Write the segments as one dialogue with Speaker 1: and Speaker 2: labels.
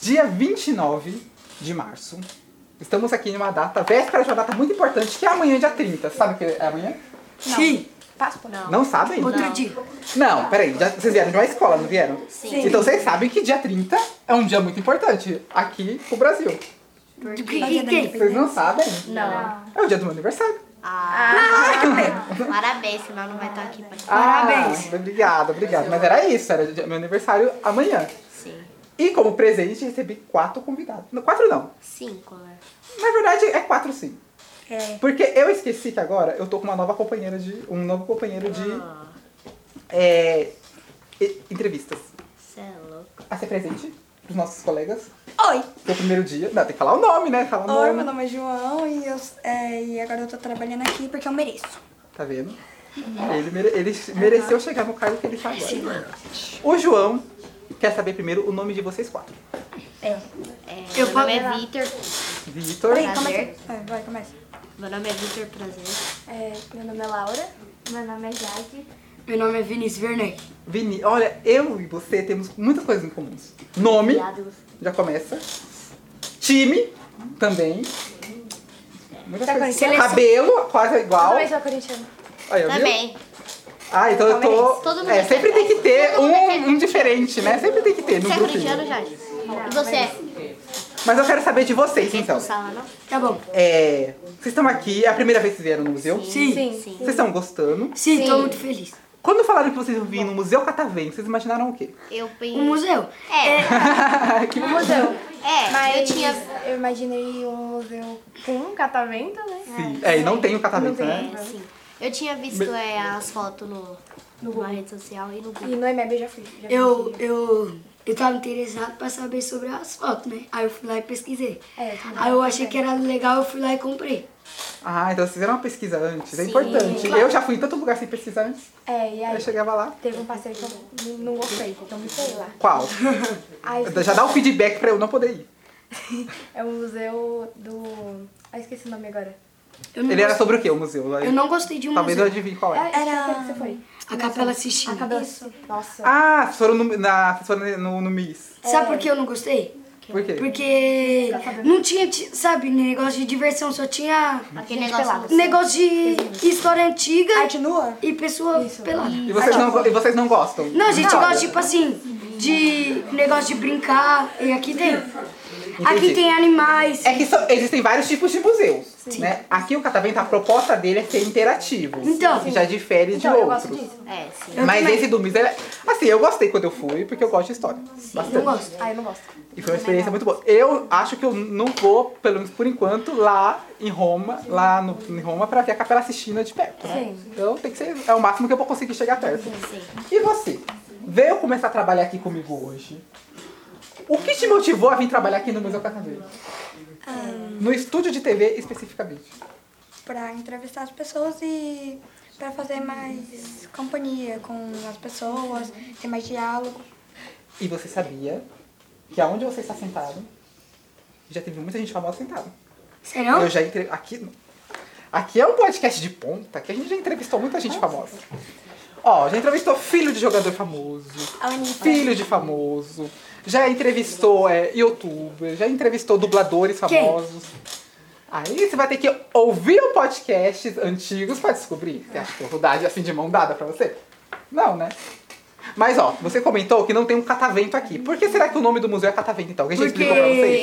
Speaker 1: Dia 29 de março. Estamos aqui numa data, véspera de uma data muito importante, que é amanhã, dia 30. Sabe o que é amanhã?
Speaker 2: Sim.
Speaker 3: Páscoa? Não.
Speaker 1: Não sabem?
Speaker 2: Outro dia.
Speaker 1: Não, peraí, já- vocês vieram de uma escola, não vieram?
Speaker 2: Sim.
Speaker 1: Então vocês sabem que dia 30 é um dia muito importante aqui pro Brasil.
Speaker 2: Do que que tem?
Speaker 1: Vocês não sabem?
Speaker 3: Não.
Speaker 1: É o dia do meu aniversário.
Speaker 4: Ah, Parabéns, senão não vai estar aqui
Speaker 1: Ah.
Speaker 4: pra
Speaker 1: Parabéns! Obrigada, obrigada. Mas era isso, era dia- meu aniversário amanhã.
Speaker 4: Sim.
Speaker 1: E como presente, recebi quatro convidados. Não, quatro não.
Speaker 4: Cinco, né?
Speaker 1: Na verdade, é quatro sim.
Speaker 2: É.
Speaker 1: Porque eu esqueci que agora eu tô com uma nova companheira de. Um novo companheiro de.
Speaker 2: Ah.
Speaker 1: é, e- entrevistas.
Speaker 4: Você é louco.
Speaker 1: A ser presente pros nossos colegas.
Speaker 2: Oi.
Speaker 1: Seu primeiro dia. Não, tem que falar o nome, né? Falar o
Speaker 2: Oi,
Speaker 1: nome.
Speaker 2: meu nome é João e, eu, é, e agora eu tô trabalhando aqui porque eu mereço.
Speaker 1: Tá vendo? Ele, mere- ele mereceu chegar no cargo que ele tá agora. O João quer saber primeiro o nome de vocês quatro.
Speaker 4: É,
Speaker 2: Eu
Speaker 4: meu
Speaker 2: vou
Speaker 4: nome é
Speaker 2: levar.
Speaker 4: Vitor.
Speaker 1: Vitor.
Speaker 2: Oi,
Speaker 4: Prazer.
Speaker 2: começa. É, vai, começa.
Speaker 4: Meu nome é Vitor Prazer.
Speaker 3: meu nome é Laura. Meu nome é Jade.
Speaker 5: Meu nome é Vinícius Werneck.
Speaker 1: Vini, olha, eu e você temos muitas coisas em comum. Nome,
Speaker 4: Obrigado.
Speaker 1: já começa. Time, também. Muitas
Speaker 2: Tá
Speaker 1: coisas.
Speaker 2: com seleção.
Speaker 1: Cabelo, quase igual.
Speaker 3: Também sou corintiana.
Speaker 1: Aí, ó, viu?
Speaker 4: Também.
Speaker 1: Ah, então eu tô.
Speaker 4: Todo mundo
Speaker 1: É,
Speaker 4: é
Speaker 1: sempre tem que ter
Speaker 4: Todo mundo é
Speaker 1: um, um diferente, né? Sempre tem que ter no né?
Speaker 4: Você é corintiano,
Speaker 1: grupinho.
Speaker 4: Jade? E você?
Speaker 1: Mas eu quero saber de vocês, então.
Speaker 4: Sala, não?
Speaker 5: Tá bom.
Speaker 1: É, vocês estão aqui, é a primeira vez que vocês vieram no museu?
Speaker 5: Sim. Sim,
Speaker 3: Sim.
Speaker 1: Vocês estão gostando?
Speaker 5: tô muito feliz.
Speaker 1: Quando falaram que vocês iam vir no Museu Catavento, vocês imaginaram o quê?
Speaker 4: Eu
Speaker 5: O
Speaker 4: pensei.
Speaker 5: museu.
Speaker 4: É,
Speaker 1: que
Speaker 3: Museu.
Speaker 4: é.
Speaker 3: Mas
Speaker 4: Eu tinha.
Speaker 3: eu imaginei um museu com um catavento, né?
Speaker 1: Sim. É, e não tem o catavento, né?
Speaker 4: É, sim. Eu tinha visto é, as fotos no, numa rede social e no
Speaker 3: E é
Speaker 4: Google.
Speaker 3: no EMEB eu já fui. Já
Speaker 5: Eu, eu, eu tava interessado pra saber sobre as fotos, né? Aí eu fui lá e pesquisei.
Speaker 3: É, também.
Speaker 5: Aí eu achei que era legal, eu fui lá e comprei.
Speaker 1: Ah, então vocês fizeram uma pesquisa antes, é importante. Eu já fui em tanto lugar sem pesquisar antes,
Speaker 3: É, e aí
Speaker 1: eu chegava lá.
Speaker 3: teve um passeio que eu não- não gostei, então me sei lá.
Speaker 1: Qual?
Speaker 3: Aí
Speaker 1: Já dá o feedback pra eu não poder ir.
Speaker 3: é um museu do... Ah, esqueci o nome agora.
Speaker 5: Eu não,
Speaker 1: Ele era
Speaker 5: gostei,
Speaker 1: sobre o quê, o museu? Aí,
Speaker 5: eu não gostei de um
Speaker 1: Talvez eu
Speaker 5: museu.
Speaker 1: adivinhe qual é.
Speaker 3: É, Era... que você foi.
Speaker 5: A Capela Sistina.
Speaker 3: Isso. Nossa.
Speaker 1: Ah, vocês foram no, na, vocês foram no, no Miss.
Speaker 5: Sabe por que eu não gostei?
Speaker 1: Por quê?
Speaker 5: Porque não tinha, ti- sabe, negócio de diversão, só tinha
Speaker 4: Aquele negócio.
Speaker 5: negócio de história antiga
Speaker 2: Arte nua?
Speaker 5: e pessoa pelada.
Speaker 1: E vocês, não, go- e vocês não gostam?
Speaker 5: Não, a gente
Speaker 1: Olha,
Speaker 5: gosta, tipo assim, de negócio de brincar. E aqui tem. Aqui tem animais.
Speaker 1: É que são- existem vários tipos de museus, né? Aqui o Catavento, a proposta dele é ser interativo.
Speaker 5: Então.
Speaker 1: que já difere
Speaker 3: Então,
Speaker 1: de
Speaker 3: eu
Speaker 1: outros.
Speaker 3: gosto disso.
Speaker 4: É, sim.
Speaker 5: Eu
Speaker 1: Mas
Speaker 5: também.
Speaker 1: esse do Miss, ele é- assim, eu gostei quando eu fui, porque eu gosto de história.
Speaker 5: Eu
Speaker 1: Bastante.
Speaker 5: gosto.
Speaker 3: Ah, eu não gosto.
Speaker 1: E foi uma experiência muito boa. Eu acho que eu não vou, pelo menos por enquanto, lá em Roma, lá no, em Roma, pra ver a Capela Sistina de perto. né?
Speaker 3: Sim.
Speaker 1: Então tem que ser, é o máximo que eu vou conseguir chegar perto.
Speaker 4: Sim.
Speaker 1: E você? Veio começar a trabalhar aqui comigo hoje. O que te motivou a vir trabalhar aqui no Museu Catavento? No estúdio de TV especificamente.
Speaker 2: Pra entrevistar as pessoas e pra fazer mais companhia com as pessoas, ter mais diálogo.
Speaker 1: E você sabia que aonde você está sentado, já teve muita gente famosa sentada.
Speaker 5: Serão?
Speaker 1: Eu já entre... aqui Aqui é um podcast de ponta, que a gente já entrevistou muita gente famosa. Ó, já entrevistou filho de jogador famoso, filho de famoso, já entrevistou é, youtuber, já entrevistou dubladores
Speaker 5: Quem?
Speaker 1: famosos. Aí você vai ter que ouvir o podcast antigos pra descobrir. Você acha que eu vou dar de- assim de mão dada pra você? Não, né? Mas ó, você comentou que não tem um catavento aqui. Por que será que o nome do museu é catavento então? Alguém já explicou pra vocês?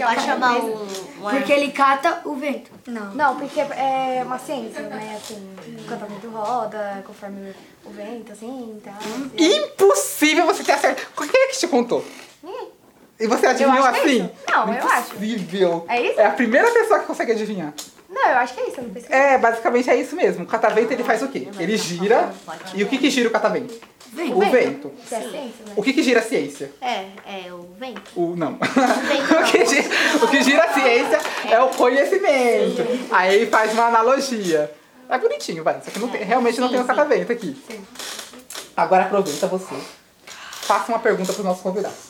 Speaker 5: Porque.
Speaker 4: Pode chamar um. uma-
Speaker 5: Porque ele cata o vento.
Speaker 2: Não.
Speaker 3: Não, porque é uma ciência, né? Assim, o cantamento roda conforme o vento, assim, então.
Speaker 1: Impossível você ter acertado. Quem é que te contou? E você adivinhou
Speaker 3: Eu acho que é
Speaker 1: assim?
Speaker 3: isso. Não, eu acho.
Speaker 1: Impossível.
Speaker 3: É isso?
Speaker 1: É a primeira pessoa que consegue adivinhar.
Speaker 3: Não, eu acho que é isso, eu não pesquisei.
Speaker 1: É, basicamente é isso mesmo. O catavento ele faz o quê? Ele gira. E o que que gira o catavento? O vento.
Speaker 3: Que é ciência, né?
Speaker 1: O que que gira a ciência?
Speaker 4: É, é o vento.
Speaker 1: O não.
Speaker 4: vento não.
Speaker 1: o, que gira, o que gira a ciência é o conhecimento. Aí ele faz uma analogia. É bonitinho, vai. Só que não tem- realmente não tem o catavento aqui. Agora aproveita você. Faça uma pergunta para os nossos convidados.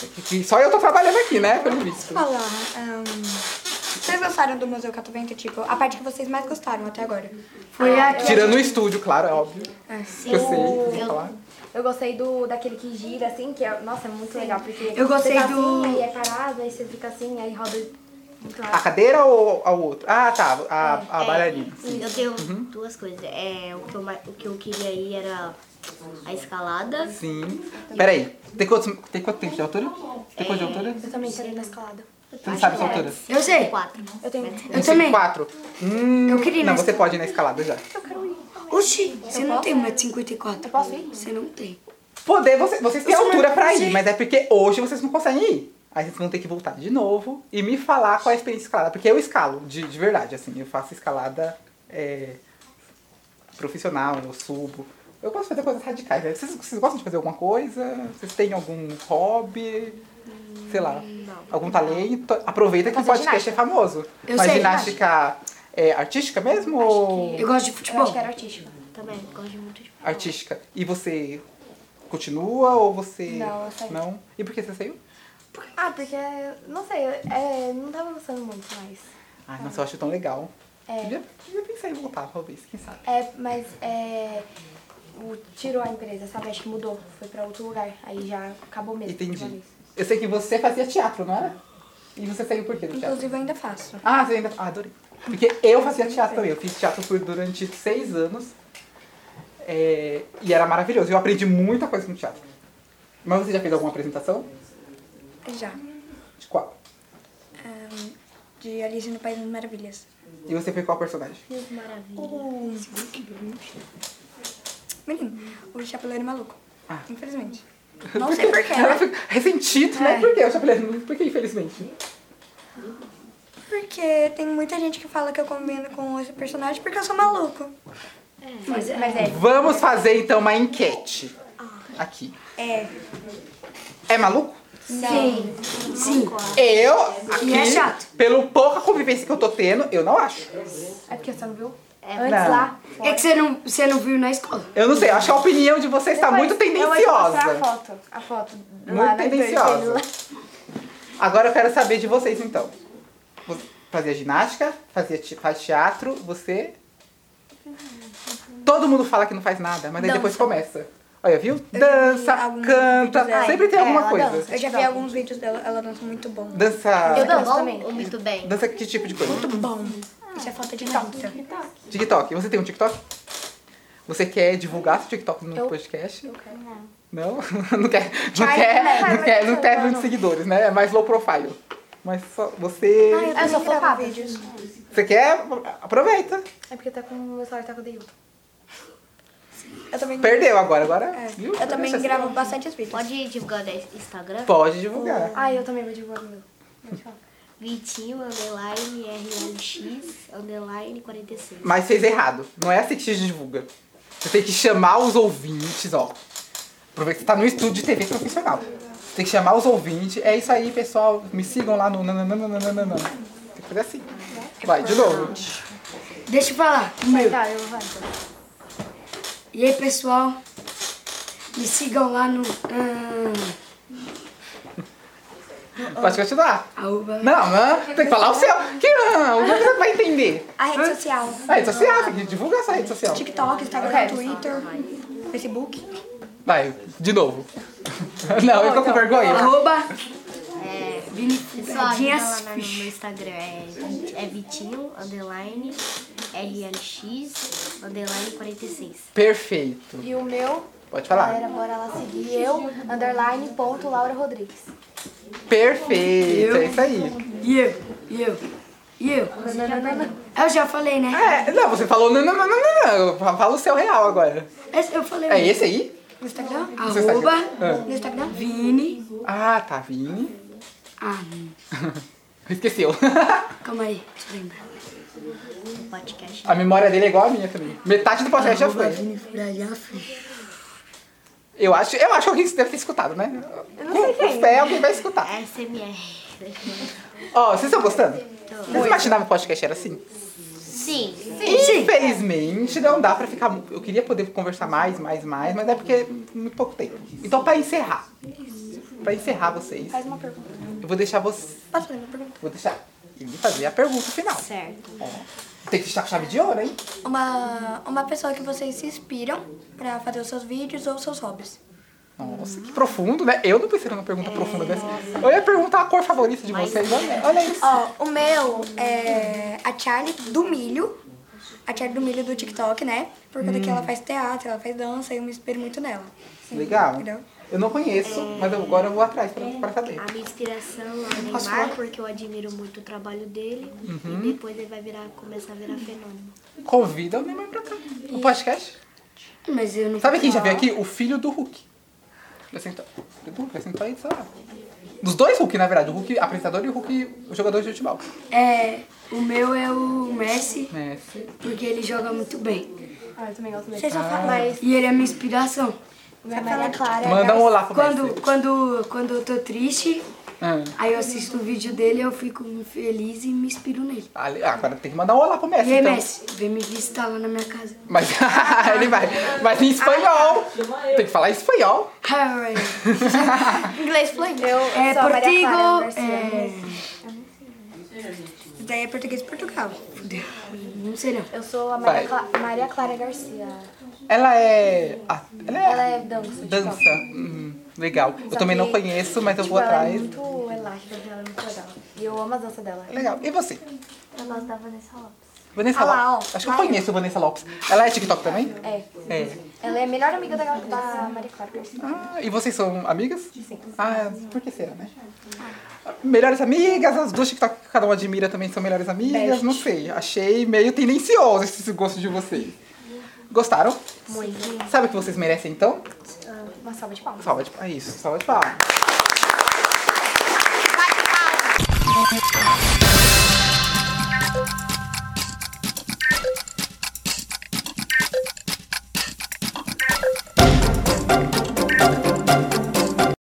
Speaker 1: Que- que Só eu tô trabalhando aqui, né? Pelo visto.
Speaker 2: Falar. ahn,
Speaker 3: Mas
Speaker 2: gostaram do Museu Catavento? Tipo, a parte que vocês mais gostaram até agora?
Speaker 5: Foi aqui.
Speaker 1: Tirando o estúdio, claro, é óbvio.
Speaker 4: Sim.
Speaker 1: Que eu sei, eu sei
Speaker 4: Eu-
Speaker 1: falar.
Speaker 3: Eu gostei do daquele que gira, assim, que é. Nossa, é muito legal, porque
Speaker 5: Eu gostei
Speaker 3: você tá
Speaker 5: do-
Speaker 3: assim, aí é parado, aí você fica assim, aí roda muito
Speaker 1: A
Speaker 3: rápido.
Speaker 1: cadeira ou a outra? Ah, tá. A, a bailarina.
Speaker 4: É,
Speaker 1: Uhum.
Speaker 4: Eu tenho duas coisas. É, o, que eu, ma- o que eu queria ir era a escalada.
Speaker 1: Sim. Peraí. Tem quantos, tem quanto tempo de altura? Tem
Speaker 5: É,
Speaker 1: quanto de altura?
Speaker 3: Eu também quero ir na escalada.
Speaker 1: Você não sabe sua altura?
Speaker 5: Eu sei.
Speaker 4: Quatro.
Speaker 3: Eu tenho.
Speaker 5: é. Eu também.
Speaker 1: 4. Hum,
Speaker 5: Eu queria ir na
Speaker 1: Não, você
Speaker 5: escalada.
Speaker 1: pode ir na escalada já.
Speaker 5: Oxi, você não tem 1,54m. Eu
Speaker 3: posso ir?
Speaker 5: Você não tem.
Speaker 1: Poder, você- vocês têm
Speaker 5: Eu sou
Speaker 1: altura
Speaker 5: mais
Speaker 1: pra ir,
Speaker 5: gente.
Speaker 1: mas é porque hoje vocês não conseguem ir. Aí vocês vão ter que voltar de novo e me falar qual é a experiência de escalada. Porque eu escalo, de, de verdade, assim. Eu faço escalada é, profissional, eu subo. Eu gosto de fazer coisas radicais. né? Vocês, vocês gostam de fazer alguma coisa? Vocês têm algum hobby? Sei lá,
Speaker 5: Hum,
Speaker 1: algum talento? Aproveita que o
Speaker 3: fazer
Speaker 1: podcast é famoso.
Speaker 5: Eu
Speaker 1: Mas
Speaker 5: sei,
Speaker 1: ginástica é, artística mesmo? ou-
Speaker 5: Eu gosto de
Speaker 3: Eu
Speaker 5: futebol.
Speaker 3: acho que era artística.
Speaker 4: Também, gosto muito de futebol.
Speaker 1: artística. E você continua ou você.
Speaker 3: Não, eu saí.
Speaker 1: Não? E por que você saiu?
Speaker 3: Ah, porque. Não sei, é, não tava gostando muito mais.
Speaker 1: Ai, nossa, eu acho tão legal.
Speaker 3: Ah. É.
Speaker 1: Devia, devia pensar em voltar, talvez, quem sabe.
Speaker 3: É, mas é. O, tirou a empresa, sabe? Acho que mudou. Foi pra outro lugar. Aí já acabou mesmo. de uma
Speaker 1: Entendi.
Speaker 3: vez.
Speaker 1: Eu sei que você fazia teatro, não era? E você saiu por quê do teatro?
Speaker 2: Inclusive, eu ainda faço.
Speaker 1: Ah, você ainda. Ah, adorei. Porque eu fazia teatro também. Eu fiz teatro por durante seis anos. É, E era maravilhoso. Eu aprendi muita coisa com teatro. Mas você já fez alguma apresentação?
Speaker 2: Já.
Speaker 1: De qual?
Speaker 2: De Alice no País das Maravilhas.
Speaker 1: E você foi qual personagem?
Speaker 2: O... Menino, o Chapeleiro Maluco.
Speaker 1: Ah.
Speaker 2: Infelizmente.
Speaker 5: Não sei porquê.
Speaker 2: né?
Speaker 1: Ela fica ressentido,
Speaker 3: É.
Speaker 1: né? Por que eu chapeleiro? Por que, infelizmente?
Speaker 2: Porque tem muita gente que fala que eu combino com esse personagem porque eu sou maluco.
Speaker 3: Mas, mas é.
Speaker 1: Vamos fazer então uma enquete. Aqui.
Speaker 2: É.
Speaker 1: É maluco?
Speaker 5: Sim. Sim.
Speaker 1: Eu, aqui,
Speaker 5: E é chato.
Speaker 1: pelo pouca convivência que eu tô tendo, eu não acho.
Speaker 3: É porque você não viu?
Speaker 4: É,
Speaker 3: Antes
Speaker 1: não.
Speaker 3: lá.
Speaker 5: É que você não, você não viu na escola.
Speaker 1: Eu não sei, eu acho que a opinião de vocês tá muito
Speaker 3: Eu vou te mostrar a
Speaker 1: tendenciosa.
Speaker 3: foto. A foto lá
Speaker 1: Muito
Speaker 3: na internet,
Speaker 1: tendenciosa.
Speaker 3: lá.
Speaker 1: Agora eu quero saber de vocês então. Você fazia ginástica, fazia te- faz teatro, você. Todo mundo fala que não faz nada, mas aí depois começa. Olha, viu? Dança,
Speaker 2: algum vídeo
Speaker 1: canta,
Speaker 2: dela.
Speaker 1: sempre tem
Speaker 3: É,
Speaker 1: alguma
Speaker 3: ela
Speaker 1: coisa.
Speaker 3: dança.
Speaker 2: Eu já vi alguns vídeos dela, ela dança muito bom.
Speaker 1: Dança.
Speaker 4: Eu
Speaker 3: Eu
Speaker 4: tô
Speaker 3: danço
Speaker 4: bom
Speaker 3: também.
Speaker 4: ou muito bem?
Speaker 1: Dança que tipo de coisa?
Speaker 2: Bom. Isso é falta de nota.
Speaker 1: TikTok. Você tem um TikTok? Você quer divulgar seu TikTok no
Speaker 3: Eu-
Speaker 1: podcast?
Speaker 4: Não.
Speaker 1: Não? Não quer, não
Speaker 3: Ai,
Speaker 1: quer,
Speaker 3: não,
Speaker 1: não
Speaker 3: não,
Speaker 1: quer, não
Speaker 3: não,
Speaker 1: quer
Speaker 3: não.
Speaker 1: muitos seguidores, né? É mais low profile. Mas só você.
Speaker 3: Ah, eu sou focada.
Speaker 1: Você quer? Aproveita.
Speaker 3: É porque tá com o meu celular tá com o Deilton.
Speaker 2: Eu também,
Speaker 1: Perdeu agora, agora.
Speaker 2: é,
Speaker 1: viu?
Speaker 2: eu também
Speaker 1: Deixa- assim.
Speaker 2: gravo bastante vídeos.
Speaker 4: Pode divulgar no Instagram?
Speaker 1: Pode divulgar.
Speaker 3: Ah, eu também vou divulgar o meu. Vou te falar.
Speaker 4: Vitinho, underline, RLX, underline 46.
Speaker 1: Mas fez errado. Não é assim que se divulga. Você tem que chamar os ouvintes, ó. Aproveita que você tá no estúdio de TV profissional. Você tem que chamar os ouvintes. É isso aí, pessoal. Me sigam lá no nananana. Tem que fazer assim. Vai, de novo.
Speaker 5: Deixa eu falar.
Speaker 3: Vai, tá, eu vou falar. então.
Speaker 5: E aí, pessoal? Me sigam lá no. ah,
Speaker 1: Pode continuar.
Speaker 5: arroba.
Speaker 1: Não, não. Tem que falar o seu. Que não. O que você vai entender?
Speaker 2: A rede social.
Speaker 1: A rede social. Tem que divulgar essa rede social.
Speaker 2: TikTok, Instagram, Twitter, Facebook.
Speaker 1: Vai, de novo. Não, eu tô com vergonha.
Speaker 5: Arroba.
Speaker 4: É,
Speaker 5: Vini
Speaker 4: pessoal, ajuda lá
Speaker 5: Fudadinhas.
Speaker 4: no meu Instagram. É, é Vitinho, underline, RLX, underline 46.
Speaker 1: Perfeito.
Speaker 3: E o meu,
Speaker 1: Pode falar.
Speaker 3: galera, bora lá seguir. Eu, underline, ponto, Laura Rodrigues.
Speaker 1: Perfeito. É isso aí.
Speaker 5: E eu, e eu, e eu. Eu já falei, né?
Speaker 1: É, não, você falou não, não, não, não, não, não. Eu falo o seu real agora.
Speaker 5: Esse eu falei. né?
Speaker 1: É esse aí?
Speaker 2: No Instagram.
Speaker 1: Seu
Speaker 5: Arroba.
Speaker 1: Instagram?
Speaker 2: No Instagram.
Speaker 5: Vini.
Speaker 1: Ah, tá, Vini.
Speaker 5: Ah, não.
Speaker 1: Esqueceu.
Speaker 5: calma aí, deixa eu lembrar.
Speaker 4: O podcast.
Speaker 1: A memória dele é igual a minha também. Metade do podcast já
Speaker 5: Arroba
Speaker 1: foi.
Speaker 5: Vini Fudadinhas.
Speaker 1: Eu acho, eu acho que alguém deve ter escutado, né? Com, com fé, alguém vai escutar.
Speaker 4: SMR.
Speaker 1: Ó, vocês estão gostando? Vocês imaginavam que o podcast era assim?
Speaker 4: Sim.
Speaker 1: Infelizmente, não dá pra ficar. mu- Eu queria poder conversar mais, mais, mais, mas é porque é muito pouco tempo. Então, pra encerrar, pra encerrar vocês,
Speaker 3: Faz uma pergunta.
Speaker 1: eu vou deixar vocês.
Speaker 2: Posso fazer uma pergunta?
Speaker 1: Vou deixar. e me fazer a pergunta final.
Speaker 4: Certo.
Speaker 1: Ó, tem que estar com chave de ouro, hein?
Speaker 2: Uma, uma pessoa que vocês se inspiram pra fazer os seus vídeos ou os seus hobbies.
Speaker 1: Nossa, que profundo, né? Eu não pensei numa pergunta profunda dessa. Eu ia perguntar a cor favorita de vocês. Olha, olha isso.
Speaker 2: É. Ó, o meu é a Charlie do Milho. A Charlie do Milho do TikTok, né? Por conta que ela faz teatro, ela faz dança e eu me inspiro muito nela. Sim,
Speaker 1: Legal.
Speaker 2: entendeu?
Speaker 1: Eu não conheço, mas eu- agora eu vou atrás pra, pra saber.
Speaker 4: A minha inspiração é o Neymar, porque eu admiro muito o trabalho dele. E depois ele vai virar, começar a virar fenômeno.
Speaker 1: Convida o Neymar pra cá. O podcast.
Speaker 5: Mas eu não
Speaker 1: Sabe quem já veio aqui? O filho do Hulk. Vai sentar. filho do Hulk, vai sentar aí, sei lá. Dos dois Hulk, na verdade. O Hulk apresentador e o Hulk jogador de futebol.
Speaker 5: É, o meu é o Messi,
Speaker 1: É,
Speaker 5: porque ele joga muito bem.
Speaker 3: Ah, eu também gosto mesmo.
Speaker 2: Vocês só falam. Mas
Speaker 5: E ele é minha inspiração.
Speaker 3: Minha Maria Clara.
Speaker 1: Manda um olá pro
Speaker 5: Quando,
Speaker 1: Messi.
Speaker 5: quando, quando eu tô triste,
Speaker 1: Ah,
Speaker 5: aí eu assisto o vídeo dele, eu fico feliz e me inspiro nele.
Speaker 1: ali- ah, agora tem que mandar um olá pro Messi,
Speaker 5: E aí,
Speaker 1: então.
Speaker 5: Messi, vem me visitar lá na minha casa.
Speaker 1: Mas ele vai. Mas em
Speaker 3: Ah,
Speaker 1: espanhol.
Speaker 3: tá.
Speaker 1: Tem que falar espanhol.
Speaker 5: Alright.
Speaker 2: inglês fluente.
Speaker 5: É
Speaker 3: sou a Maria Clara
Speaker 5: Portigo.
Speaker 3: Garcia.
Speaker 5: É,
Speaker 2: Daí é português de Portugal.
Speaker 5: não sei não.
Speaker 3: Eu sou a
Speaker 1: Vai.
Speaker 3: Maria, Cla- Maria Clara Garcia.
Speaker 1: Ela é. ah, Ela é.
Speaker 3: Ela é dança.
Speaker 1: Dança. Hum, legal. Eu
Speaker 3: Só
Speaker 1: também não
Speaker 3: que,
Speaker 1: conheço, mas eu
Speaker 3: Tipo,
Speaker 1: vou
Speaker 3: ela
Speaker 1: atrás.
Speaker 3: é muito elástica, ela é muito legal. E eu amo a dança dela.
Speaker 1: Legal. E você?
Speaker 3: Eu gosto da Vanessa Lopes.
Speaker 1: Vanessa
Speaker 3: Ah lá,
Speaker 1: Lopes.
Speaker 3: ó.
Speaker 1: Acho que eu
Speaker 3: Vai.
Speaker 1: conheço a Vanessa Lopes. Ela é TikTok também?
Speaker 3: É.
Speaker 1: É.
Speaker 3: Ela é a melhor amiga da, da Maria Clara Garcia.
Speaker 1: Ah, e vocês são amigas? Sim. Ah, por que será, né? Melhores amigas, as duas TikTok que cada um admira também são melhores amigas, não sei. Achei meio tendencioso esse gosto de vocês. Gostaram? Muito. Sabe o que vocês merecem então?
Speaker 3: Ah, Uma salva de palmas.
Speaker 1: Salva de palmas. Isso, salva de palmas.